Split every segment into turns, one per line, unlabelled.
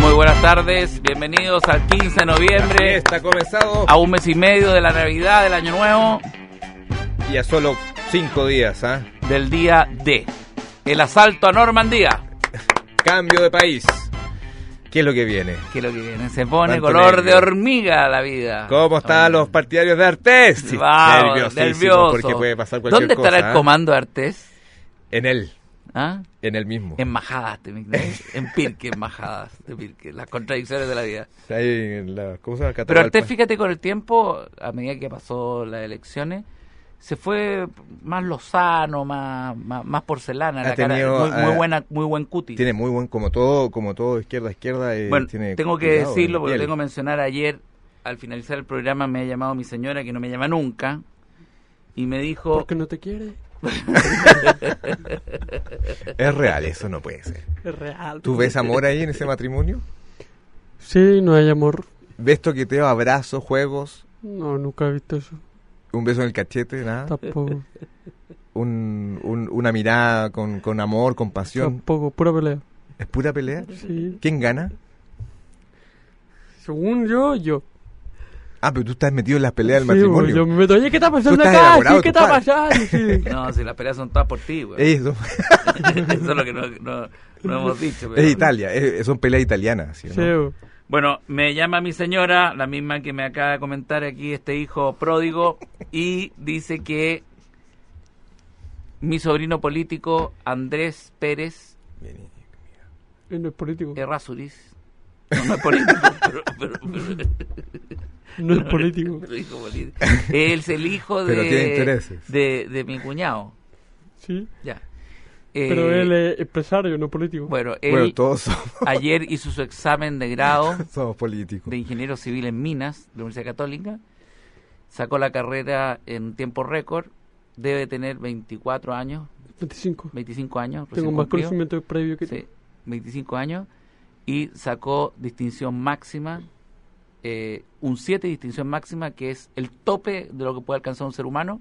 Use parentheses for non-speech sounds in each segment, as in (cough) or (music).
Muy buenas tardes, bienvenidos al 15 de noviembre,
Está comenzado
a un mes y medio de la Navidad, del Año Nuevo,
y a solo cinco días, ¿ah?
del día D. El asalto a Normandía.
Cambio de país. ¿Qué es lo que viene?
Que lo que viene, se pone
Cuánto
color
nervio.
de hormiga la vida.
¿Cómo están los partidarios de Artés? Sí,
Vamos,
nerviosísimo,
nervioso.
porque puede pasar cualquier
¿Dónde
cosa.
estará el
¿ah?
comando de Artés?
En él,
¿Ah?
en él mismo.
En majadas, te imaginas, en Pirque, en majadas, de Pirque, las contradicciones de la vida.
Ahí en la, ¿Cómo se llama?
Pero
Catalpa.
Artés, fíjate, con el tiempo, a medida que pasó las elecciones, se fue más lozano, más, más, más porcelana,
Ha
la cara,
tenido,
muy, muy
eh,
buena, muy buen cuti.
Tiene muy buen, como todo, como todo, izquierda, izquierda. eh,
bueno,
tiene
tengo que
cuidado
decirlo,
en
porque
la
lo tengo que
piel.
mencionar ayer, al finalizar el programa me ha llamado mi señora, que no me llama nunca, y me dijo,
Porque no te quiere.
Es real, eso no puede ser.
Es real.
¿Tú ves amor ahí en ese matrimonio?
Sí, no hay amor.
¿Ves toqueteo, abrazos, juegos,
No, nunca he visto eso.
un beso en el cachete, nada?
Tampoco.
eh, Un, un- una mirada con, con amor, con pasión.
Tampoco, pura pelea.
¿Es pura pelea?
Sí.
¿Quién gana?
Según yo, yo.
Ah, pero tú estás metido en las peleas del
Sí,
matrimonio.
Yo me meto, oye, ¿qué está pasando
estás
acá?
enamorado
Sí,
de
¿Qué
tu
está
padre.
pasando?
(laughs)
Sí.
no, si las peleas son todas por ti, güey.
Eso.
(laughs) Eso es lo que no, no- no hemos dicho. pero-
Es Italia, es- son peleas italianas. ¿sí o no?
Sí, bo.
Bueno, me llama mi señora, la misma que me acaba de comentar aquí este hijo pródigo, y dice que mi sobrino político Andrés Pérez
Bien.
Eh, no es político.
Errázuriz, no, no es político, (laughs) pero, pero- pero-
No es político.
pero hijo político. es el hijo
Pero tiene
de,
intereses.
de, de mi cuñado,
Sí.
ya.
Pero
Eh,
él es empresario, no político.
bueno, él
Bueno, todos somos,
ayer hizo su examen de grado
somos políticos.
de ingeniero civil en minas de la Universidad Católica. Sacó la carrera en tiempo récord. Debe tener 24 años,
25.
25 años.
Tengo
recién
más
cumplido.
conocimiento previo que
Sí, 25 años. Y sacó distinción máxima, eh, un 7 distinción máxima, que es el tope de lo que puede alcanzar un ser humano.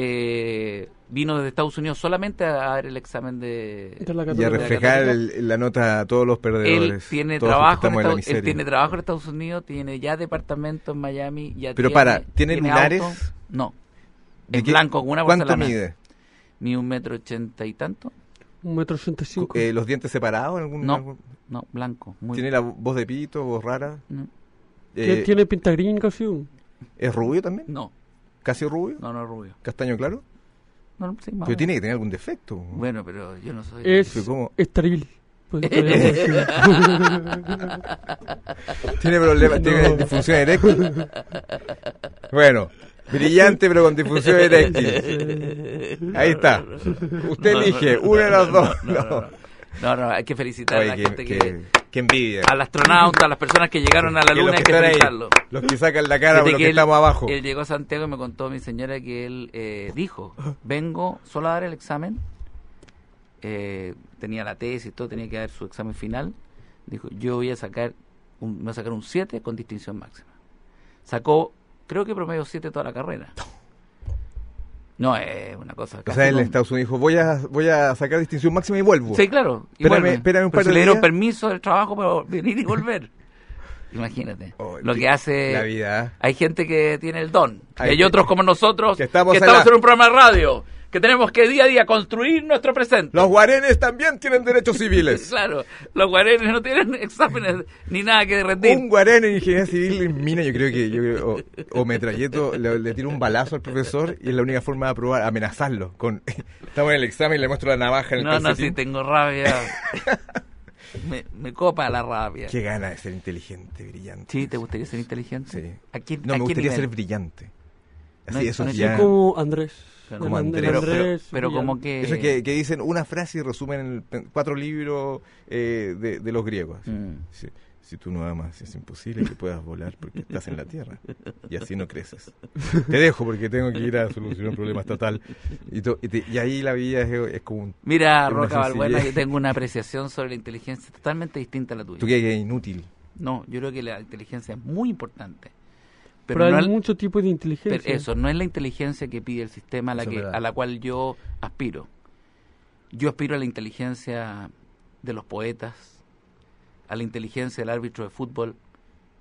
Eh, vino desde Estados Unidos solamente a dar el examen de,
tú. De la
Y a
Católica.
reflejar el- la nota a todos los perdedores.
él tiene
todos los que
trabajo en
estamos en la
Estados- él
miseria.
tiene trabajo en Estados Unidos tiene ya departamento en Miami ya
Pero para, ¿tiene lunares?
auto. no
¿De
es
qué-
blanco con una
¿Cuánto
porcelana.
mide?
mide un metro ochenta y tanto
Un metro ochenta y cinco.
Eh, ¿Los dientes separados? en algún-
No.
algún-
no blanco muy
¿Tiene la voz de pito, voz rara?
no,
¿Tie-
Eh,
Tiene pinta gringa, sí. bo.
¿Es rubio también?
no
¿Casi rubio?
no no es rubio
¿Castaño claro?
no, no, sí, más
Pero
o menos.
tiene que tener algún defecto.
bueno pero yo no soy
Es
Pero ¿cómo?
estéril.
(laughs)
Pues, podríamos decir.
Tiene problemas, tiene
No.
disfunción eréctil. Bueno, brillante pero con disfunción eréctil.
Sí.
(laughs) Ahí está. Usted
No, no,
elige,
no,
uno de los
no,
dos.
no, no, no, no, no, hay que felicitar a la
Oye,
gente que,
qué, qué- qué envidia.
al astronauta a las personas que llegaron a la
Que los
luna hay
que
que
están ahí,
felicitarlo
los que sacan la cara
Fíjate
por los que
él-
estamos abajo.
Él llegó a Santiago y me contó mi señora que él eh, dijo, vengo solo a dar el examen. Eh, tenía la tesis, todo, tenía que dar su examen final. Dijo, yo voy a sacar un, me voy a sacar un 7 con distinción máxima. Sacó, creo que promedio 7 toda la carrera. No, es una cosa.
O
casi
sea, él en
con-
Estados Unidos dijo, voy a, voy a sacar distinción máxima y vuelvo.
Sí, claro. y
Espérame-
vuelve.
espérame un
Pero
par
si
de
le dieron
días.
permiso del trabajo para (laughs) venir y volver. Imagínate.
Oh,
lo
qué-
que hace
La vida.
hay gente que tiene el don. Y
Hay
hay
que-
otros como nosotros
que
que
estamos
estamos,
en
en,
la-
un programa de radio, que tenemos que día a día construir nuestro presente.
Los guarenes también tienen derechos civiles.
Claro, los guarenes no tienen (laughs) exámenes ni nada que rendir.
Un guarén en ingeniería civil en mina, yo creo que yo creo- o, o metralleto le, le tiro un balazo al profesor y es la única forma de aprobar, amenazarlo. Con, (laughs) estamos en el examen y le muestro la navaja en el
No, no,
calcetín.
sí, tengo
(laughs)
rabia. me, me copa la rabia.
Qué gana de ser inteligente, brillante.
Sí, ¿te gustaría ser inteligente?
Sí.
¿A quién,
No,
a
me
qué
gustaría ser
nivel?
brillante.
No
Así,
hay-
eso
no hay-
ya-
Como Andrés.
Ah. Claro.
Como
El Andrés.
Andrés.
Pero, pero, pero
Villalba.
como que...
Eso que, que dicen una frase y resumen en cuatro libros eh, de, de los griegos. así.
Mm.
Si, si tú no amas, es imposible que puedas volar porque estás en la tierra y así no creces. Te dejo porque tengo que ir a solucionar un problema estatal. Y, to- y te- y ahí la vida es, es como un.
Mira,
Una
Roca Balbuena,
sencillez.
yo tengo una apreciación sobre la inteligencia totalmente distinta a la tuya.
Tú que que es inútil.
No, yo creo que la inteligencia es muy importante.
Pero,
Pero, no
hay
es-
mucho tipo de
pero
inteligencia.
eso, no es la inteligencia que pide el sistema a la,
Eso es
que,
verdad.
a la cual yo aspiro. Yo aspiro a la inteligencia de los poetas, a la inteligencia del árbitro de fútbol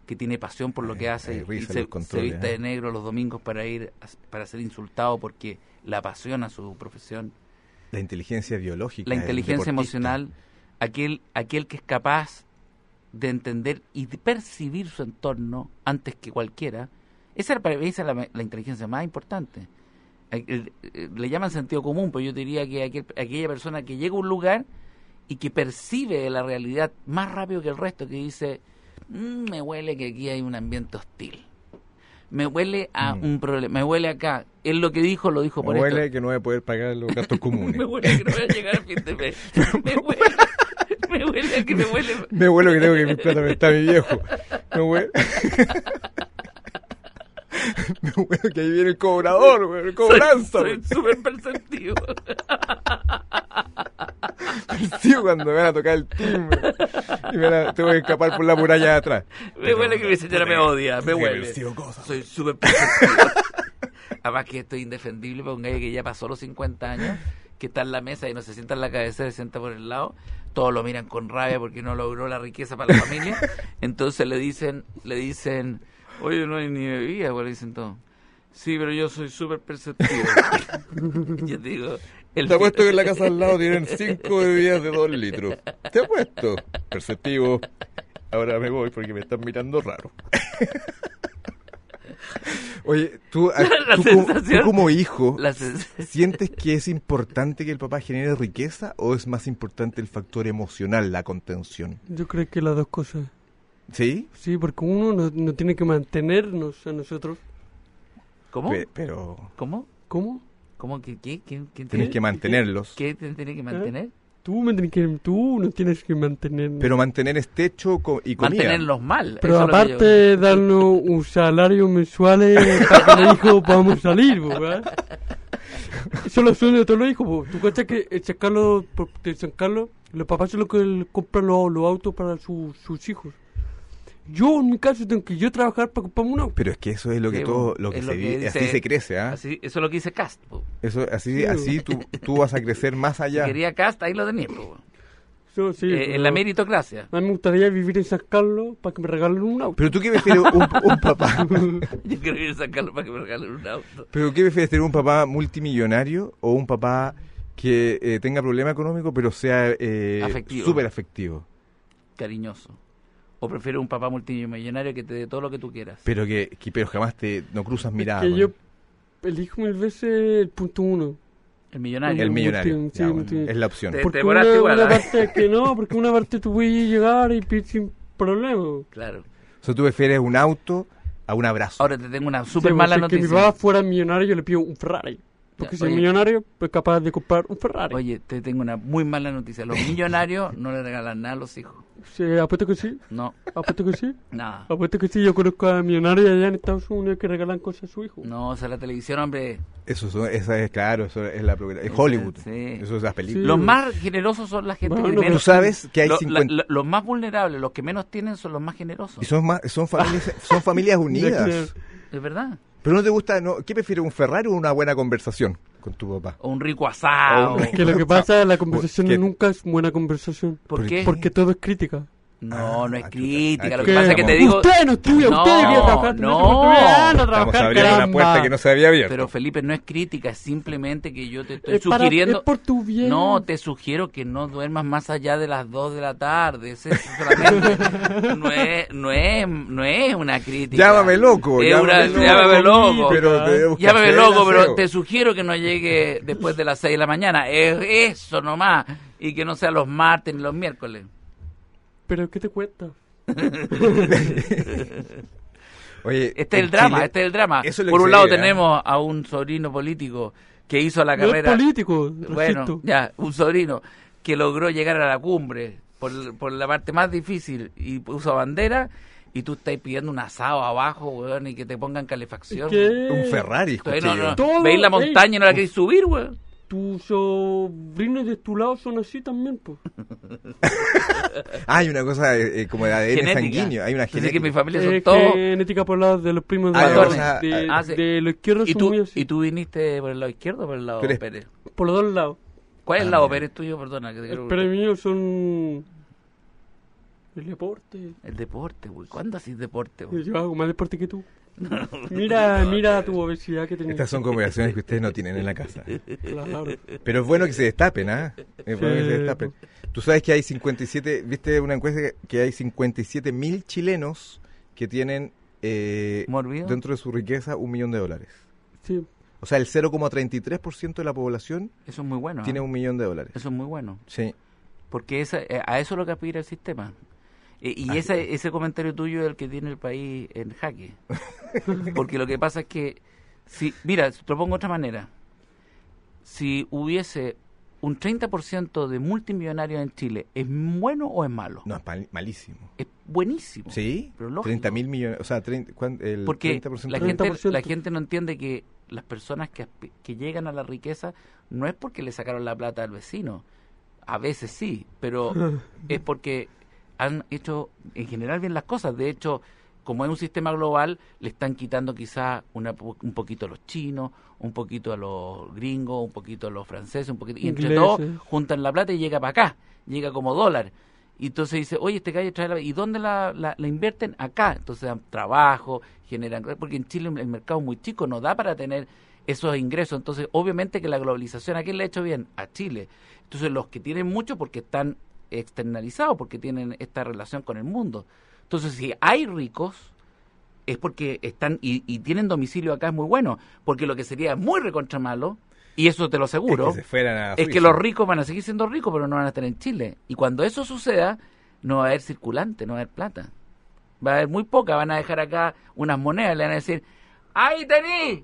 que tiene pasión por lo
Ay,
que hace
ay,
y- y
risa
se,
los controles,
se viste
¿eh?
de negro los domingos para ir a- para ser insultado porque la apasiona su profesión
La inteligencia biológica.
la
del
inteligencia
deportista.
emocional, aquel, aquel que es capaz de entender y de percibir su entorno antes que cualquiera, esa era para mí esa es la, la inteligencia más importante. El- el- el- Le llaman sentido común, pero yo diría que aquel- aquella persona que llega a un lugar y que percibe la realidad más rápido que el resto, que dice, "Mm, me huele que aquí hay un ambiente hostil. Me huele a
Mm.
un problema, me huele acá. Él lo que dijo, lo dijo
Me
por esto.
huele que no voy a poder pagar los
(laughs)
gastos comunes.
Me huele que no voy a llegar a fin de mes. (laughs) Me huele, me huele a que me huele.
Me huele que tengo que mi plata me está mi viejo. Me huele. (laughs) Me huele que ahí viene el cobrador, güey, el cobranza.
Soy súper perceptivo.
Sí, cuando me van a tocar el timbre. Y me van a- tengo que escapar por la muralla de atrás.
Me huele que mi señora me odia. Me huele.
Percibo cosas.
Soy súper perceptivo. (laughs) Además que esto es indefendible para un gallo que ya pasó los 50 años, que está en la mesa y no se sienta en la cabecera, se sienta por el lado. Todos lo miran con rabia porque no logró la riqueza para la
(laughs)
familia. Entonces le dicen, le dicen, oye, no hay ni bebida, pues, le dicen todo. Sí, pero yo soy súper perceptivo. (laughs) yo digo, el
Te
(laughs)
apuesto que en la casa al lado tienen cinco bebidas de dos litros. Te apuesto. Perceptivo. Ahora me voy porque me están mirando
(laughs)
raro. Oye, tú, ah,
La
tú como-
sensación-
tú como hijo,
la sens-
¿Sientes que es importante que el papá genere riqueza o es más importante el factor emocional, la contención?
Yo creo que las dos cosas.
¿Sí?
Sí, porque uno no, no tiene que mantenernos a nosotros.
¿Cómo?
Pe- pero
¿Cómo?
¿Cómo?
¿Cómo? ¿Qué? ¿Qué? ¿Qué? ¿Qué?
tenés que mantenerlos.
¿Qué te tiene
¿Eh?
que mantener?
Tú, me tienes que, tú no tienes que mantenernos.
Pero mantener es techo co- y comida.
Mantenerlos mal.
Pero
eso es lo que yo-
aparte, darnos un salario mensual eh, para que los hijos podamos salir, po, weón. Eso lo sueño de todos los hijos, po. Tú cachas que en San Carlos, por- de San Carlos, los papás son los que le compran los, los autos para sus- sus hijos. Yo, en mi caso, tengo que yo trabajar para comprarme un auto.
Pero es que eso es lo que
Sí,
todo,
bueno,
lo que
es
se
lo que
vive, así
dice-
se crece, ¿ah?
Así, eso es lo que dice Cast. po.
Eso, así,
Sí,
así tú, tú vas a crecer
(laughs)
más
Si
allá.
quería Cast, ahí lo tenía. po.
Yo, sí, pues,
Eh, en la
pero
meritocracia. (laughs)
A mí me gustaría vivir en San Carlos para que me regalen un auto.
Pero tú qué prefieres un, un papá,
Yo quiero ir a sacarlo para que me regalen un auto.
pero qué prefieres tener un papá multimillonario o un papá que eh, tenga problema económico pero sea eh,
Afectivo.
súper afectivo.
Cariñoso. O prefiero un papá multimillonario que te dé todo lo que tú quieras.
Pero que, que- pero jamás te no cruzas
(laughs) Es
miradas.
que
con
yo
él.
elijo mil veces el punto uno.
El millonario.
El millonario.
Sí,
Ya, bueno,
sí.
Es la opción.
Te-
Porque una,
volaste igual,
una
¿ah?
parte que no, porque una parte tú puedes llegar y pedir sin problema.
Claro.
O sea, tú prefieres un auto a un abrazo.
Ahora te tengo una
Sí,
súper
pues,
mala
si es Que mi
noticia.
papá fuera millonario, yo le pido un Ferrari. Porque
Ya,
si es
oye.
millonario, pues capaz de comprar un Ferrari.
Oye, te tengo una muy mala noticia. Los millonarios no le regalan nada a los hijos.
Sí, apuesto que sí,
No,
apuesto que sí.
nada.
Apuesto que sí, yo conozco a millonarios allá en Estados Unidos que regalan cosas a su hijo.
No, o sea, la televisión, hombre.
Eso, son- esa es claro, eso es la programa- es Hollywood.
Sí.
Eso es las películas.
Los más generosos son la gente
pues.
que
Bueno, no,
menos...
Tú sabes que hay
Lo- la-
50
la- los más vulnerables, los que menos tienen, son los más generosos.
y son más, son familias, son (laughs) familias unidas.
Yo
¿Es verdad?
Pero no te gusta, no, ¿qué prefieres un Ferrari o una buena conversación con tu papá?
O un rico asado.
O un
creo Que lo que pasa es la conversación
¿Qué?
nunca es buena conversación.
¿Por
¿Por
qué?
qué?
Porque todo es crítica.
No, no es
Ah, chuta,
crítica.
ah,
Lo que
chuta.
pasa es que te digo...
Usted no estudia,
No,
usted debería trabajar.
no.
no
Estamos
trabajar,
abriendo una
caramba.
puerta que no se había abierto.
Pero Felipe, no es crítica, es simplemente que yo te estoy
Es para-
sugiriendo...
es por tu bien.
No, te sugiero que no duermas más allá de las 2 de la tarde. Ese es solamente. no, es, no, es, no es una crítica.
Llámame loco,
Es una-
llámame
llámame,
loco.
loco.
Pero tenemos que
Llámame
hacer
loco,
el aseo.
pero este te sugiero que no llegue después de las 6 de la mañana. Es eso nomás. Y que no sea los martes ni los miércoles.
Pero ¿qué te cuesta?
Oye,
Este es el
en
drama,
Chile-
este es el drama.
Eso es lo
Por
que
un
se
lado
ve, ¿eh?
tenemos a un sobrino político que hizo la
No es
carrera.
político,
Bueno,
registro.
ya, un sobrino que logró llegar a la cumbre por, por la parte más difícil y puso bandera y tú estás pidiendo un asado abajo, weón, y que te pongan calefacción. weón.
¿Qué?
Un Ferrari, escuché
Entonces, no, no,
yo.
Todo,
veis la
ey.
montaña y no la queréis subir, weón.
Tus sobrinos de tu lado son así también, pues.
Ah, hay una cosa eh, eh, como de ADN
Genética.
sanguíneo, hay una
Así
genética.
que mi familia son
Es
todos...
genética por el lado de los primos de,
Ah,
los-
o
sea,
de,
ah, sí.
de los izquierdos
¿Y
son muy
tú,
así.
¿Y tú viniste por el lado izquierdo o por el lado
Tú eres-
Pérez?
Por los dos lados.
¿Cuál es
Ah,
el lado
mira.
Pérez tuyo? Perdona, que te
El
quiero
premio son El deporte.
El deporte, güey. ¿Cuándo haces deporte, güey?
Yo hago más
(laughs)
deporte que tú. Mira, mira tu obesidad que tenés.
Estas son conversaciones que ustedes no tienen en la casa.
Claro.
Pero es bueno que se destapen, ¿ah? Es bueno que
Sí.
se destapen. Tú sabes que hay 57, viste una encuesta que- que hay 57 mil chilenos que tienen eh,
¿Mórbido?
dentro de su riqueza un millón de dólares.
Sí.
O sea, el 0,33% de la población
Eso es muy bueno. ¿ah?
tiene un millón de dólares.
Eso es muy bueno.
Sí.
Porque esa, eh, a eso es lo que aspira el sistema. E- Y,
Así
esa-
es.
ese comentario tuyo es el que tiene el país en
(laughs)
jaque. Porque lo que pasa es que, si, mira, te lo pongo de otra manera. Si hubiese un 30% de multimillonarios en Chile, ¿es bueno o es malo?
No, es mal- malísimo.
Es buenísimo.
¿Sí?
Pero lógico.
30 mil millones. O sea, 30, ¿cuán- el
Porque
30%.
la gente,
30%.
la gente no entiende que las personas que, aspi- que llegan a la riqueza no es porque le sacaron la plata al vecino. A veces sí, pero es porque han hecho en general bien las cosas. De hecho, como es un sistema global, le están quitando quizá una, po- un poquito a los chinos, un poquito a los gringos, un poquito a los franceses, un poquito... Y entre todos
Ingleses.
juntan la plata y llega para acá, llega como dólar. Y entonces dice, oye, este calle trae la... ¿Y dónde la, la- la invierten? Acá. Entonces dan trabajo, generan... Porque en Chile el mercado es muy chico, no da para tener esos ingresos. Entonces, obviamente que la globalización, ¿a quién le ha hecho bien? A Chile. Entonces, los que tienen mucho porque están externalizados, porque tienen esta relación con el mundo. Entonces, si hay ricos, es porque están y, y tienen domicilio acá, es muy bueno. Porque lo que sería muy recontra malo, y eso te lo aseguro,
Es que se fueran a
es que
Suiza.
los ricos van a seguir siendo ricos, pero no van a estar en Chile. Y cuando eso suceda, no va a haber circulante, no va a haber plata. Va a haber muy poca, van a dejar acá unas monedas, le van a decir, ¡ahí tení!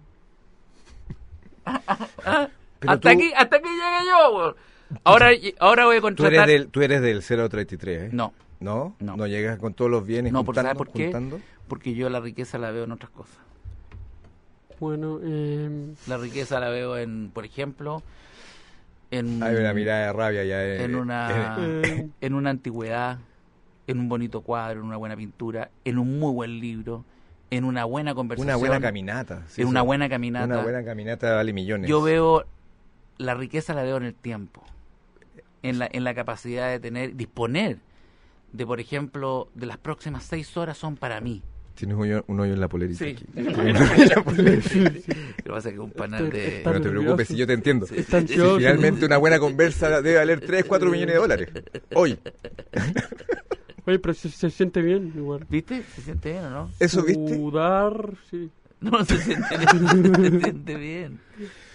Pero
hasta
tú-
aquí, hasta aquí llegué yo, weón. Ahora, ahora voy a
Tú eres
contratar...
del, tú eres del 0,33, ¿eh?
No,
¿No?
No.
llegas con todos los bienes
No, por-
juntando,
¿sabes por qué?
juntando?
porque yo la riqueza la veo en otras cosas.
Bueno, eh,
La riqueza la veo en, por ejemplo, en,
Hay una mirada de rabia ya. eh,
en una
(laughs) eh,
(laughs)
eh,
en una antigüedad, en un bonito cuadro, en una buena pintura, en un muy buen libro, en una buena conversación,
una buena caminata. sí,
en una
sí.
buena caminata.
Una buena caminata vale millones.
Yo veo la riqueza la veo en el tiempo, en la en la capacidad de tener disponer de por ejemplo de las próximas seis horas son para mí.
Tienes un hoyo, un hoyo en la polerita.
(laughs)
aquí.
Lo que pasa es que un panel de
Pero no te preocupes, si yo te entiendo.
está ansioso.
Finalmente una buena conversa debe valer 3, 4 millones de dólares. Hoy.
Oye, pero se, se siente bien igual.
¿Viste? ¿Se siente bien o Uh, no?
¿Eso viste?
Sudar, sí.
(laughs) No, se siente bien. (laughs) se siente bien.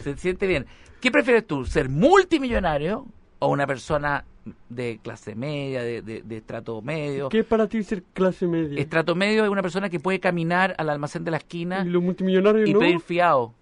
Se siente bien. ¿Qué prefieres tú, ser multimillonario o una persona de clase media, de, de- de estrato medio?
¿Qué es para ti ser clase media?
Estrato medio es una persona que puede caminar al almacén de la esquina
¿Y los multimillonarios
y
no?
pedir fiado.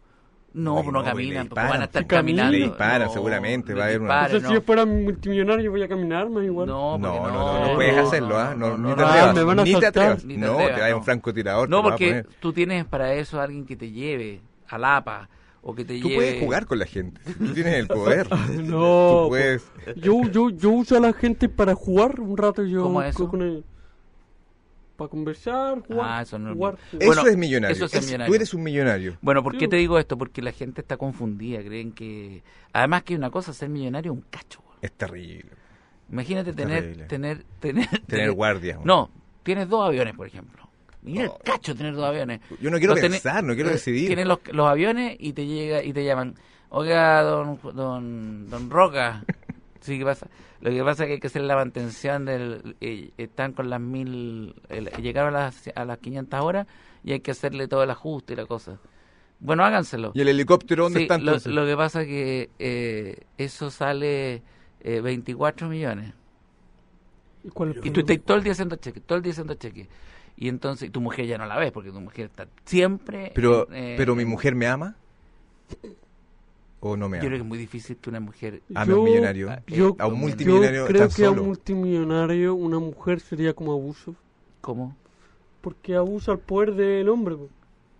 No,
Oye,
pues no,
no, pues, le
caminan, porque
disparan,
van a estar
le
caminando.
disparan,
No,
seguramente,
le
va a haber una-
O sea,
disparan,
si yo fuera multimillonario voy a caminar más igual.
No,
No,
porque
no, no, no
no,
puedes
no,
hacerlo, ¿ah? No, ni te
no,
atrevas.
me van a
ni te
asaltar.
atrevas.
Ni te
No, te
atrevas,
vaya
no.
un francotirador.
No,
te va a
porque
poner.
tú tienes para eso a alguien que te lleve al APA o que te
Tú
lleve...
puedes jugar con la gente. Tú tienes el
(laughs)
poder.
No,
Tú puedes.
Yo, yo, yo uso a la gente para jugar un rato. Yo
¿Cómo eso?
Para conversar, jugar.
Ah, eso no-
jugar.
Eh, Bueno,
eso es millonario.
eso es
Es-
millonario.
Tú eres un millonario.
Bueno, ¿por qué
Sí.
te digo esto? Porque la gente está confundida, creen que... Además que una cosa, ser millonario es un cacho. güey.
Es terrible.
Imagínate
Es terrible.
tener, tener, tener...
(laughs) Tener guardias. güey.
No, tienes dos aviones, por ejemplo. Mira el
No.
cacho tener dos aviones.
Yo Oh. no quiero
Los tenés-
pensar, no quiero
eh,
decidir.
Tienes los, los aviones y te llega y te llaman. Oiga, don, Ju- don, don
(laughs)
Roca. Sí, ¿qué pasa? Lo que pasa es que hay que hacer la mantención del... eh, están con las mil... el- llegaron a las, a las 500 horas y hay que hacerle todo el ajuste y la cosa. Bueno, háganselo.
¿Y el helicóptero dónde
Sí,
está
lo,
entonces?
lo que pasa que eh, eso sale eh, 24 millones.
Eh,
¿Y cuál es el
Y tú
problema?
estás todo el día haciendo cheque, todo el día haciendo cheque. Y entonces y tu mujer ya no la ves porque tu mujer está siempre...
Pero,
eh,
pero mi
en-
mujer me ama. ¿O no me
Yo creo que
ama?
es muy difícil que una mujer...
Ame a un Ah,
Yo-
millonario.
yo-
a
yo
un
Yo
multimillonario
creo
tan
que a
solo.
un multimillonario una mujer sería como abuso.
¿Cómo?
Porque abusa el poder del hombre. po.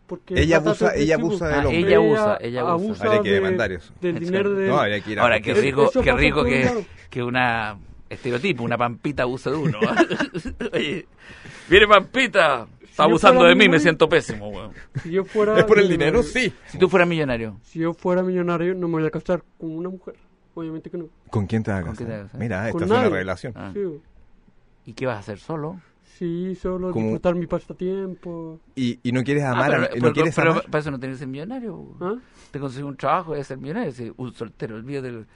Porque
Ella
mata
abusa-
desde el
ella abusa
principio.
Ah,
del hombre.
ella abusa, ella abusa.
Habría que
de-
demandar eso.
Del
Es
dinero
que-
de...
No, habría que ir a
Ahora, qué
Eso-
rico,
eso
qué
pasa
rico
por un
que,
lado.
que una estereotipo, una pampita abusa de
(laughs)
uno. Oye, viene pampita, está
yo
abusando
fuera
de mí, me
millonario-
siento pésimo, weón.
Si yo fuera
¿Es por el
millonario-
dinero? Sí.
Si tú fueras millonario,
Si yo fuera millonario no me voy a casar con una mujer. Obviamente que no.
¿Con quién te vas a
¿Con quién te
casar?
vas a casar?
Mira, esta
Con
es una
nadie.
revelación.
Ah.
Sí, po.
¿Y qué vas a hacer solo?
Sí, solo
Como-
disfrutar mi pasatiempo.
Y, y no quieres
Ah,
amar, a-
pero,
no
pero-
quieres
pero
amar.
para eso no tienes que ser millonario.
¿Ah?
Te consigues un trabajo, debes ser millonario. Si un soltero, olvídate. del-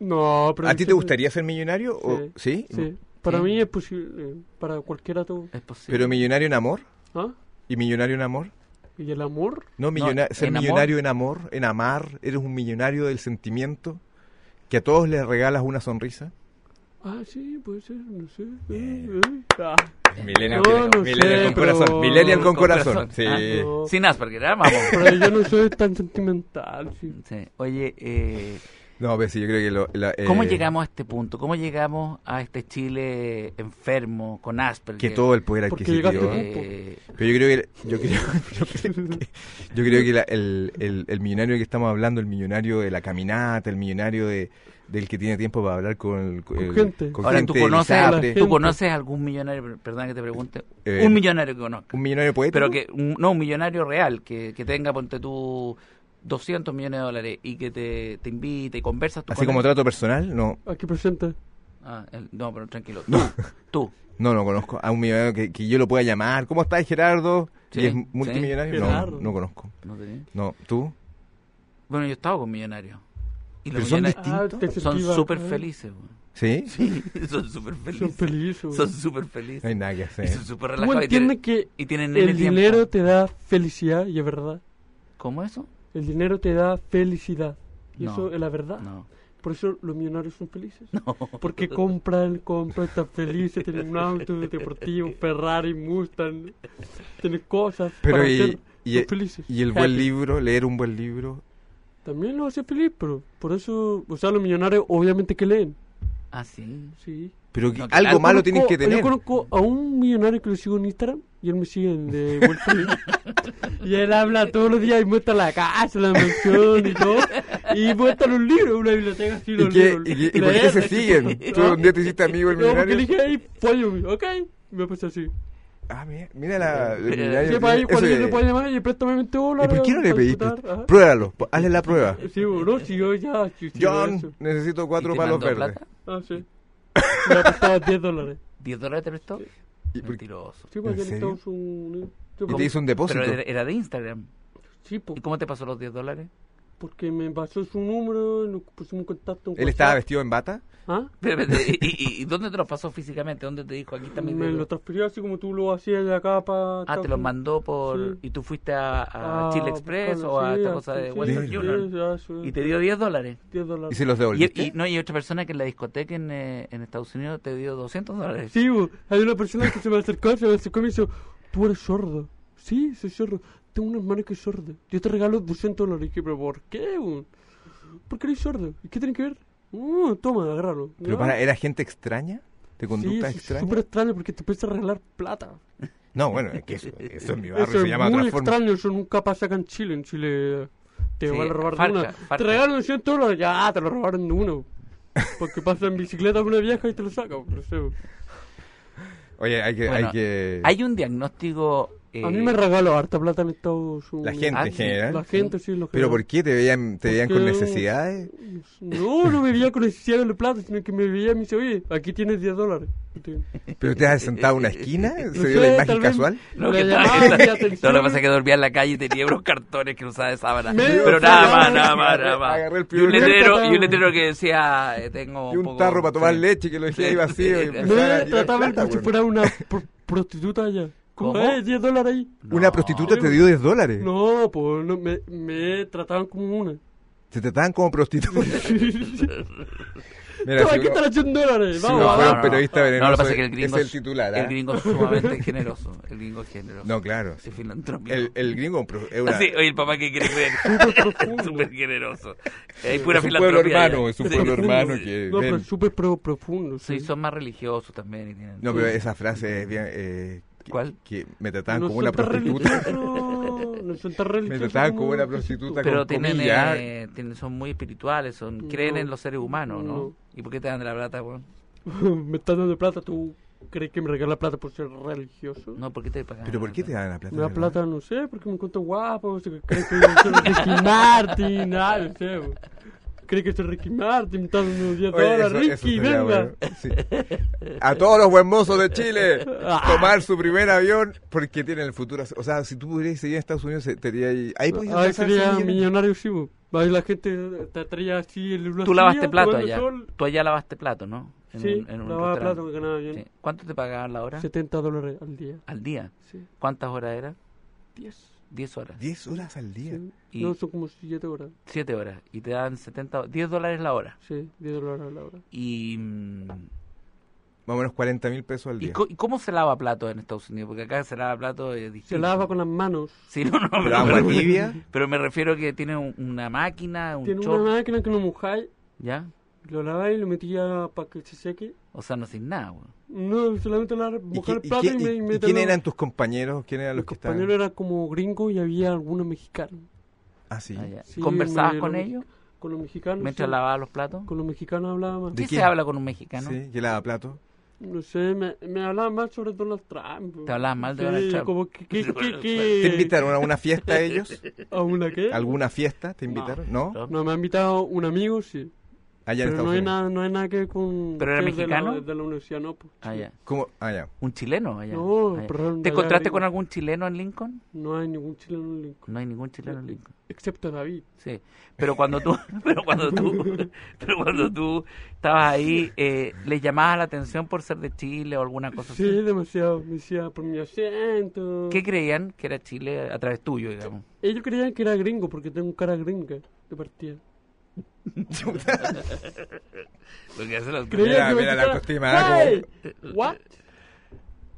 No, pero...
¿A ti te gustaría ser millonario? o- ¿Sí?
Sí. Para
Sí.
mí es posible, para cualquiera tú.
Es posible.
¿Pero millonario en amor?
¿Ah?
¿Y millonario en amor?
¿Y el amor?
No, millona-
No,
ser
en amor.
millonario en amor, en amar, eres un millonario del sentimiento, que a todos les regalas una sonrisa.
Ah, sí, puede ser, no sé.
Bien.
Eh, eh. Ah,
Millennial,
No, tiene- no millennial sé, con pero- corazón, millennial
con
con
corazón.
corazón.
Sí.
Ah, (laughs) no.
Sin Asperger, ¿ah? vamos.
(laughs)
Pero yo no soy tan sentimental. sí.
Sí. Oye, eh,
No, pero sí, yo creo que lo- la, eh,
¿cómo llegamos a este punto? ¿Cómo llegamos a este Chile enfermo, con Asperger?
Que todo el poder
Porque
adquisitivo.
llegaste tú.
Eh,
Pero yo creo que, yo creo, (laughs) yo creo que, yo creo que la- el, el- el millonario que estamos hablando, el millonario de la caminata, el millonario de, del que tiene tiempo para hablar con, el-
Con
el-
gente.
con
Ahora,
gente,
¿tú conoces,
el
a-
ISAPRE,
¿tú conoces a algún millonario? Per- Perdón que te pregunte.
Eh,
un millonario que conozca.
un millonario poeta.
Pero que, un- no, un millonario real, que, que tenga, ponte tú, 200 millones de dólares y que te, te invite y conversas tú
Así
con
como
él.
trato personal, no,
(laughs) Aquí presente.
Ah, él- no, pero tranquilo. Tú, tú.
no, no conozco a un millonario que, que yo lo pueda llamar. ¿Cómo estás, Gerardo?
Sí,
¿Y es
sí.
multimillonario? No,
Gerardo.
no conozco.
No tenés.
No, ¿tú?
Bueno, yo he estado con millonarios. Y los
Pero son
millonarios
Distinto.
Ah, te
son
sentí
súper
bacán.
felices. güey.
¿Sí?
Sí, (laughs) son súper
Son
felices.
felices.
Son súper
No hay
felices.
nada que
Y
hacer.
son súper
Tú
relajados. Y
entiendes
tienen,
que
y tienen N
el
tiempo.
dinero te da felicidad y es verdad.
¿Cómo eso?
El dinero te da felicidad. Y
No.
eso es la verdad.
No.
Por eso los millonarios son felices.
Ah. No. (laughs)
Porque compran, compran, están felices, tienen un auto deportivo, Ferrari, Mustang, tienen cosas
Pero
para
y,
hacer,
y-
son felices.
y el buen
Happy.
libro, leer un buen libro.
También los hace feliz, pero por eso, o sea, los millonarios obviamente que leen.
Ah, sí.
Sí.
Pero que
No, que-
algo
Yo
malo
conozco-
tienes que tener.
Yo conozco a un millonario que lo sigo en Instagram y él me sigue en de Wolfie. y él habla todos los días y muestra la casa, la mansión y todo. Y muestra los libros, una biblioteca así,
¿Y,
los
qué,
libros.
y, qué- y por qué se
Leer. (laughs)
siguen? ¿Tú un día te hiciste amigo del
No,
millonario?
porque le dije, hey, pollo, me dijo, ok. Me puse así.
Ah, mira, mira la...
eh,
el
Sí,
millonario
Sí,
que
para ahí,
tiene-
cuando
eso
yo le
es.
puedo llamar, y préstame 20
¿Y
dólares.
por qué no le
para
pediste?
disfrutar, ajá.
Pruébalo, po- hazle la prueba.
Sí, bueno, si yo ya. si- si era eso.
John, necesito cuatro
¿Y te
palos
mandó
verdes.
plata?
Ah, sí. Me ha prestado 10 dólares.
¿10 dólares te prestó?
¿Y, por-
Mentiroso.
Sí, porque
¿En
él
serio?
estaba en su- Sí,
y te hizo un depósito.
Pero era- era de Instagram.
Sí, pues, po-
¿Y cómo te pasó los 10 dólares? (laughs)
porque me pasó su número, nos pusimos en contacto. en
¿Él estaba
WhatsApp.
vestido en bata?
¿Ah?
Pero, pero, ¿Y, y, y dónde te los pasó físicamente? ¿Dónde te dijo? Aquí está mi
Me
dedo"?
lo transfirió así como tú lo hacías de acá para.
Ah, te los mandó por...
Sí.
¿Y tú fuiste a, a
Ah,
Chile Express
buscarlo,
o a
sí,
esta
a-
cosa
sí,
de Western
sí,
Union?
sí, ya, sí,
Y te dio 10 dólares.
10
¿Y
dólares.
se los
Y,
devolviste?
y- no, y otra persona que en la discoteca en, eh, en Estados Unidos te dio 200 dólares.
Sí, bo, hay una persona que se me acercó, se me acercó y me dijo: Tú eres sordo. Sí, soy sordo. Tengo un hermano que es sordo. Yo te regalo 200 dólares. Y dije, ¿Pero por qué? bo? ¿Por qué eres sordo? ¿Y qué tiene que ver? Mm, toma, agárralo.
¿Pero
Ya.
para, era gente extraña? ¿De conducta
sí,
extraña?
Es súper extraño porque te empieza a regalar plata.
No, bueno, es que eso, eso en mi barrio
(laughs) Eso
se
es
llama de
muy
otra forma.
extraño, eso nunca pasa acá en Chile. En Chile eh, te
Sí,
van a robar
Farca,
de una.
Farca.
Te regalan 200 dólares, ya te lo robaron de uno. Porque pasa en bicicleta con una vieja y te lo saca. no sé.
Oye, hay que...
Bueno,
hay que...
Hay un diagnóstico... eh,
A mí me regaló harta plata en Estados Unidos.
La gente
Ah,
en
sí,
general.
La gente, sí, los
¿Pero
que-
por qué? ¿Te veían, te veían con
Porque-
necesidades?
No, no me veía con necesidad de la plata, sino que me veía y me dice, oye, aquí tienes 10 dólares.
Eh,
¿Pero te has sentado en una esquina? ¿Se
No
dio
sé,
la imagen
tal vez-
casual?
No,
Le
que (laughs)
llamaba
estaba-
mi atención.
no, lo que pasa es que dormía en la calle y tenía unos cartones que no usaba de sábana.
Medio
pero nada
sábana.
más, nada más, nada más. Y
Agarré el
un
primer
letrero,
cartón.
y un letrero que decía, eh, tengo
Y un
poco-
tarro para tomar
sí.
leche que lo dejé ahí
Sí.
vacío. y
Me
empezaba a
Me
tirar
trataban
plata,
como si
bueno.
fuera una pro- prostituta allá. Como,
¿Cómo?
eh, 10 dólares ahí.
No.
Una prostituta te dio 10 dólares.
No, pues no, me, me trataban como
(laughs)
una.
Se trataban
(laughs)
como prostitutas. Mira,
Toma,
si
aquí
uno-
te la 100 dólares.
si
Vamos,
uno
no,
fuera
vamos.
un periodista venenoso,
No, lo que pasa es que el gringo
es el
es-
titular. ¿ah?
El gringo es sumamente generoso. El gringo es generoso.
No, claro.
Es filantrópico.
El, el gringo es un pro- es una-
Sí, oye, el papá que quiere
(laughs)
(laughs) creer.
profundo.
Súper generoso. Hay pura
es un pueblo
filantropía
hermano,
allá.
es un
Sí.
pueblo hermano
Sí.
que
No, pero
ven.
es súper pro- profundo.
Sí,
Sí,
son más religiosos también. y tienen-
No, pero esa frase es bien... eh, que-
¿Cuál?
Que me trataban
No
como
son
una
tan
prostituta. (laughs)
religiosos, No son tan
Me
religiosos.
trataban como una
nosotros.
prostituta
Pero
con
tienen,
comillas.
eh, tienen- son muy espirituales, son, creen
No.
en los seres humanos, ¿no?
No.
¿Y por qué te dan de la plata, weón?
(laughs) me estás dando plata, ¿tú crees que me regala plata por ser religioso?
No, ¿por qué te pagan?
¿Pero por qué te dan la plata?
Me da
verdad?
plata,
(laughs)
no sé, porque me encuentro guapo, o sea, que creo que yo soy Ricky Martin, ah, no sé. bo. cree que soy Ricky Martin, tal, un día
Oye,
toda
eso- eso
Ricky,
sería
venga.
bueno. Sí. A todos los buen mozos de
(laughs)
Chile, tomar su primer avión porque tienen el futuro. O sea, si tú pudieras ir a Estados Unidos, estaría ahí. Ahí podías
Ahí
alcanzar
sería
ese millón.
millonario, sí, bo. Ahí la gente te traía así el
Tú lavaste plato
tomando
allá.
sol.
Tú allá lavaste plato, ¿no? En
Sí,
un- en un
lavaba
restaurante.
plato que ganaba bien.
Sí. ¿Cuánto te pagaban la hora?
70 dólares al día.
Al día.
Sí,
¿Cuántas horas era?
10.
10 horas.
10 horas al día.
Sí.
Y-
No, son como 7 horas.
7 horas. Y te dan 70, 10 dólares la hora.
Sí, 10 dólares a la hora.
Y, mm,
Más o menos 40 mil pesos al
¿y
día.
co- y cómo se lava plato en Estados Unidos? Porque acá se lava plato eh, distinto.
Se lava con las manos.
Sí, no, no,
Pero
pero,
agua
pero-
tibia.
(laughs)
pero me refiero que tiene un- una máquina, un
Tiene
chorro,
una máquina que lo mojáis,
¿ya?
lo laváis y lo metía para que se seque.
O sea, no sin nada, weón.
No, solamente la, mojar el
qué-
plato y,
qué-
me,
y-
me
y quién eran tus compañeros? ¿Quién eran los
Los
que
compañeros
estaban?
eran como gringos y había algunos mexicanos.
Ah, sí.
Ah, ya.
Sí,
¿Conversabas
me-
con
lo-
ellos
Con los mexicanos.
mientras
sí.
lavabas los platos?
Con los mexicanos hablaba más.
¿De
¿Qué
qué?
se habla con un mexicano?
Sí, que lava plato.
No sé, me, me hablaba más sobre Donald Trump. bro.
Te hablaban mal de
Sí,
Donald Trump.
como que... que, que,
¿Te
que-
invitaron a una fiesta ellos?
(laughs) ¿A una qué?
¿Alguna fiesta te invitaron? ¿No?
No.
No, me ha invitado un amigo, sí.
Allá en
Pero
Estados
no hay,
Unidos.
nada, no hay nada que ver con...
¿Pero era
que es de la- De
mexicano?
la, universidad, no. Pues,
Ah,
sí.
ya.
¿Cómo? Ah, ya.
¿Un chileno allá?
No,
Ah, ya.
pero
¿Te
allá
encontraste
arriba.
con algún chileno en Lincoln?
No hay ningún chileno en Lincoln.
No hay ningún chileno en Lincoln.
Excepto David.
Sí, pero cuando tú, (laughs) pero cuando tú, (laughs) pero cuando tú estabas ahí, eh, les llamabas la atención por ser de Chile o alguna cosa
Sí,
así.
demasiado. Me decía, por mi acento.
¿Qué creían que era Chile a través tuyo, digamos?
Ellos creían que era gringo porque tengo cara gringa de partida. (laughs)
Porque eso lo-
Creían
Mira,
que me
mira la
tocaba-
autoestima,
¡Hey! ¿What?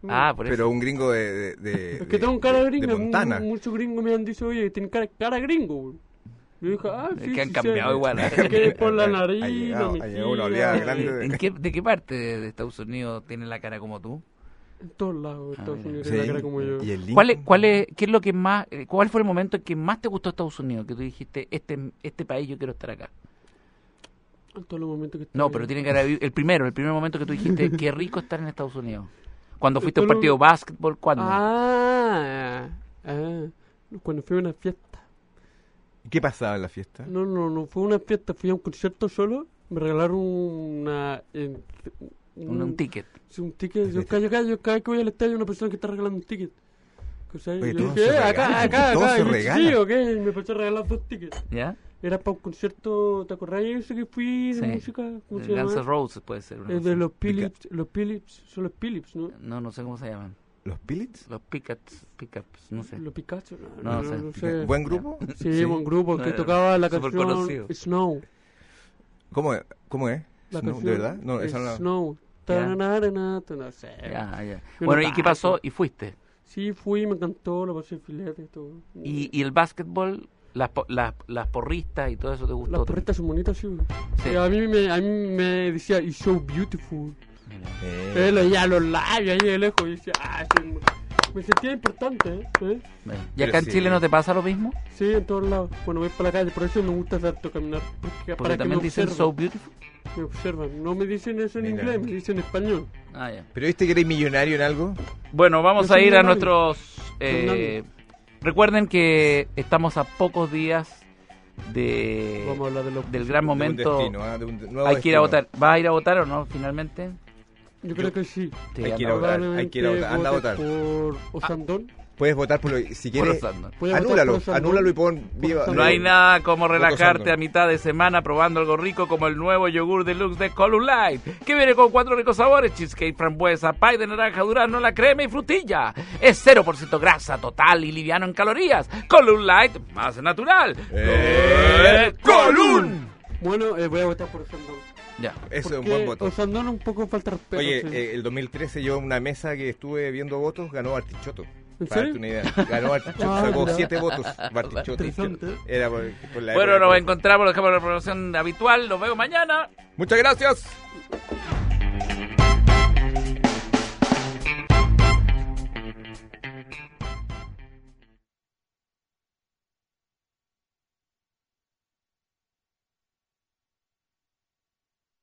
Ah, por eso.
Pero un gringo de. de, de-
Es que
de-
tengo cara
de-
gringa.
De Montana.
mu- Muchos gringos me han dicho, oye, tienes cara, cara gringo. güey. Yo dije, ah,
Es
sí,
que han
sí,
cambiado
(laughs) sí.
igual. ¿eh?
Se quede por la
Ha
nariz,
llegado-
la
ha llegado una
mejilla,
oleada grande.
eh,
¿En qué, ¿De qué parte de Estados Unidos tienen la cara como tú?
En todos lados,
Ah,
Estados
mira.
Unidos
Sí.
tiene la cara como yo.
Y el
¿Cuál es,
Lincoln.
cuál es, qué es lo que más, eh, cuál fue el momento que más te gustó Estados Unidos? Que tú dijiste, este, este país yo quiero estar acá.
En todos los momentos que
No,
estuve.
Eh,
pero tiene que haber el primero, el primer momento que tú
(laughs)
dijiste, qué rico estar en Estados Unidos. Cuando fuiste a un
Pero-
partido de básquetbol, ¿cuándo?
Ah, ah, cuando fui a una fiesta.
¿Qué pasaba en la fiesta?
No, no, no fue una fiesta, fui a un concierto solo, me regalaron una... eh,
Un, un ticket.
sí, un ticket, yo cada, yo, cada, yo cada vez que voy al estadio hay una persona que está regalando un ticket. O sea,
Oye,
yo
todo
dije,
se
"Eh,
regala,
acá, acá,
todo
acá,
se
y yo,
regala.
sí, ok, y me pasó a regalar dos tickets.
¿Ya?
Era para un concierto, ¿te acordás de ese que fui de
Sí.
música? ¿Cómo se
El Guns N'
llama?
Roses puede ser. una
Eh,
cosa
de los
Pica-
Philips, los Philips, son los Philips, ¿no?
así. No, no sé cómo se llaman.
¿Los Pillets?
Los pickups, pickups, no sé.
Los Picasso, no,
No
no,
sé.
no, sé.
¿Buen grupo?
Sí, buen grupo,
No,
que
era
tocaba la
súper
canción
conocido.
Snow.
¿Cómo, es? ¿Cómo es?
La
Snow,
canción
¿De verdad? No,
es
esa no la-
Snow.
Ya.
Tananarana, tan- no sé.
Ya, ya.
Yo
Bueno,
no
¿y qué
tanto.
pasó? Y fuiste.
Sí, fui, me encantó, lo pasé filete y todo.
Y, y el básquetbol, las, po- las, las porristas y todo eso te
Las
gustó.
porretas son bonitas, sí.
Sí.
Y a, mí me, a mí me decía, it's so beautiful.
Eh,
Eh, lo- ya los labios ahí de lejos, y decía, ah, sí, me- Me sentía importante, ¿eh? ¿eh?
Bueno, ¿Y
Pero
acá en
sí.
Chile no te pasa lo mismo?
Sí, en todos lados. Cuando voy para la calle, por eso me gusta tanto caminar.
Porque
Porque, para que me
también dicen
observen.
so beautiful.
Me observan. No me dicen eso en
Mira.
inglés, me dicen en español.
Ah, ya.
¿Pero viste que eres millonario en algo?
Bueno, vamos
Yo
a
soy
ir a
Leonardo.
nuestros... eh, recuerden que estamos a pocos días de,
Vamos a hablar de los...
Eh, del gran
De un
momento.
destino, ah, de un nuevo
Hay que ir a
destino.
votar. ¿Vas a ir a votar o no finalmente?
Yo creo que sí.
Sí,
Hay que ir
anda.
a votar, hay que ir a votar, anda a
Probablemente
votar.
vote
Ah.
Por Osandón.
Puedes votar por lo si
Por
quieres.
los Andor.
Voy a votar
Anúlalo,
por Osandón.
anúlalo y pon viva.
No hay nada como
Voto
relajarte
Sandor.
a mitad de semana probando algo rico como el nuevo yogur deluxe de Column Light, que viene con cuatro ricos sabores, cheesecake, frambuesa, pie de naranja, durazno, la crema y frutilla. Es 0% grasa total y liviano en calorías. Column Light, más natural.
Eh,
¡Column!
Bueno, eh, voy a votar por Osandón.
Ya.
Eso es un
Porque
buen voto.
Osandón un poco falta de respeto.
Oye,
sí.
eh, el 2013 yo en una mesa que estuve viendo votos ganó Artichoto.
¿En
Para
serio?
darte una idea. Ganó Artichoto,
Ah,
sacó
mira.
7
(laughs)
votos Bartichotto.
Interesante.
Era por, por la
Bueno,
época.
nos encontramos, dejamos la programación habitual. Nos vemos mañana.
Muchas gracias.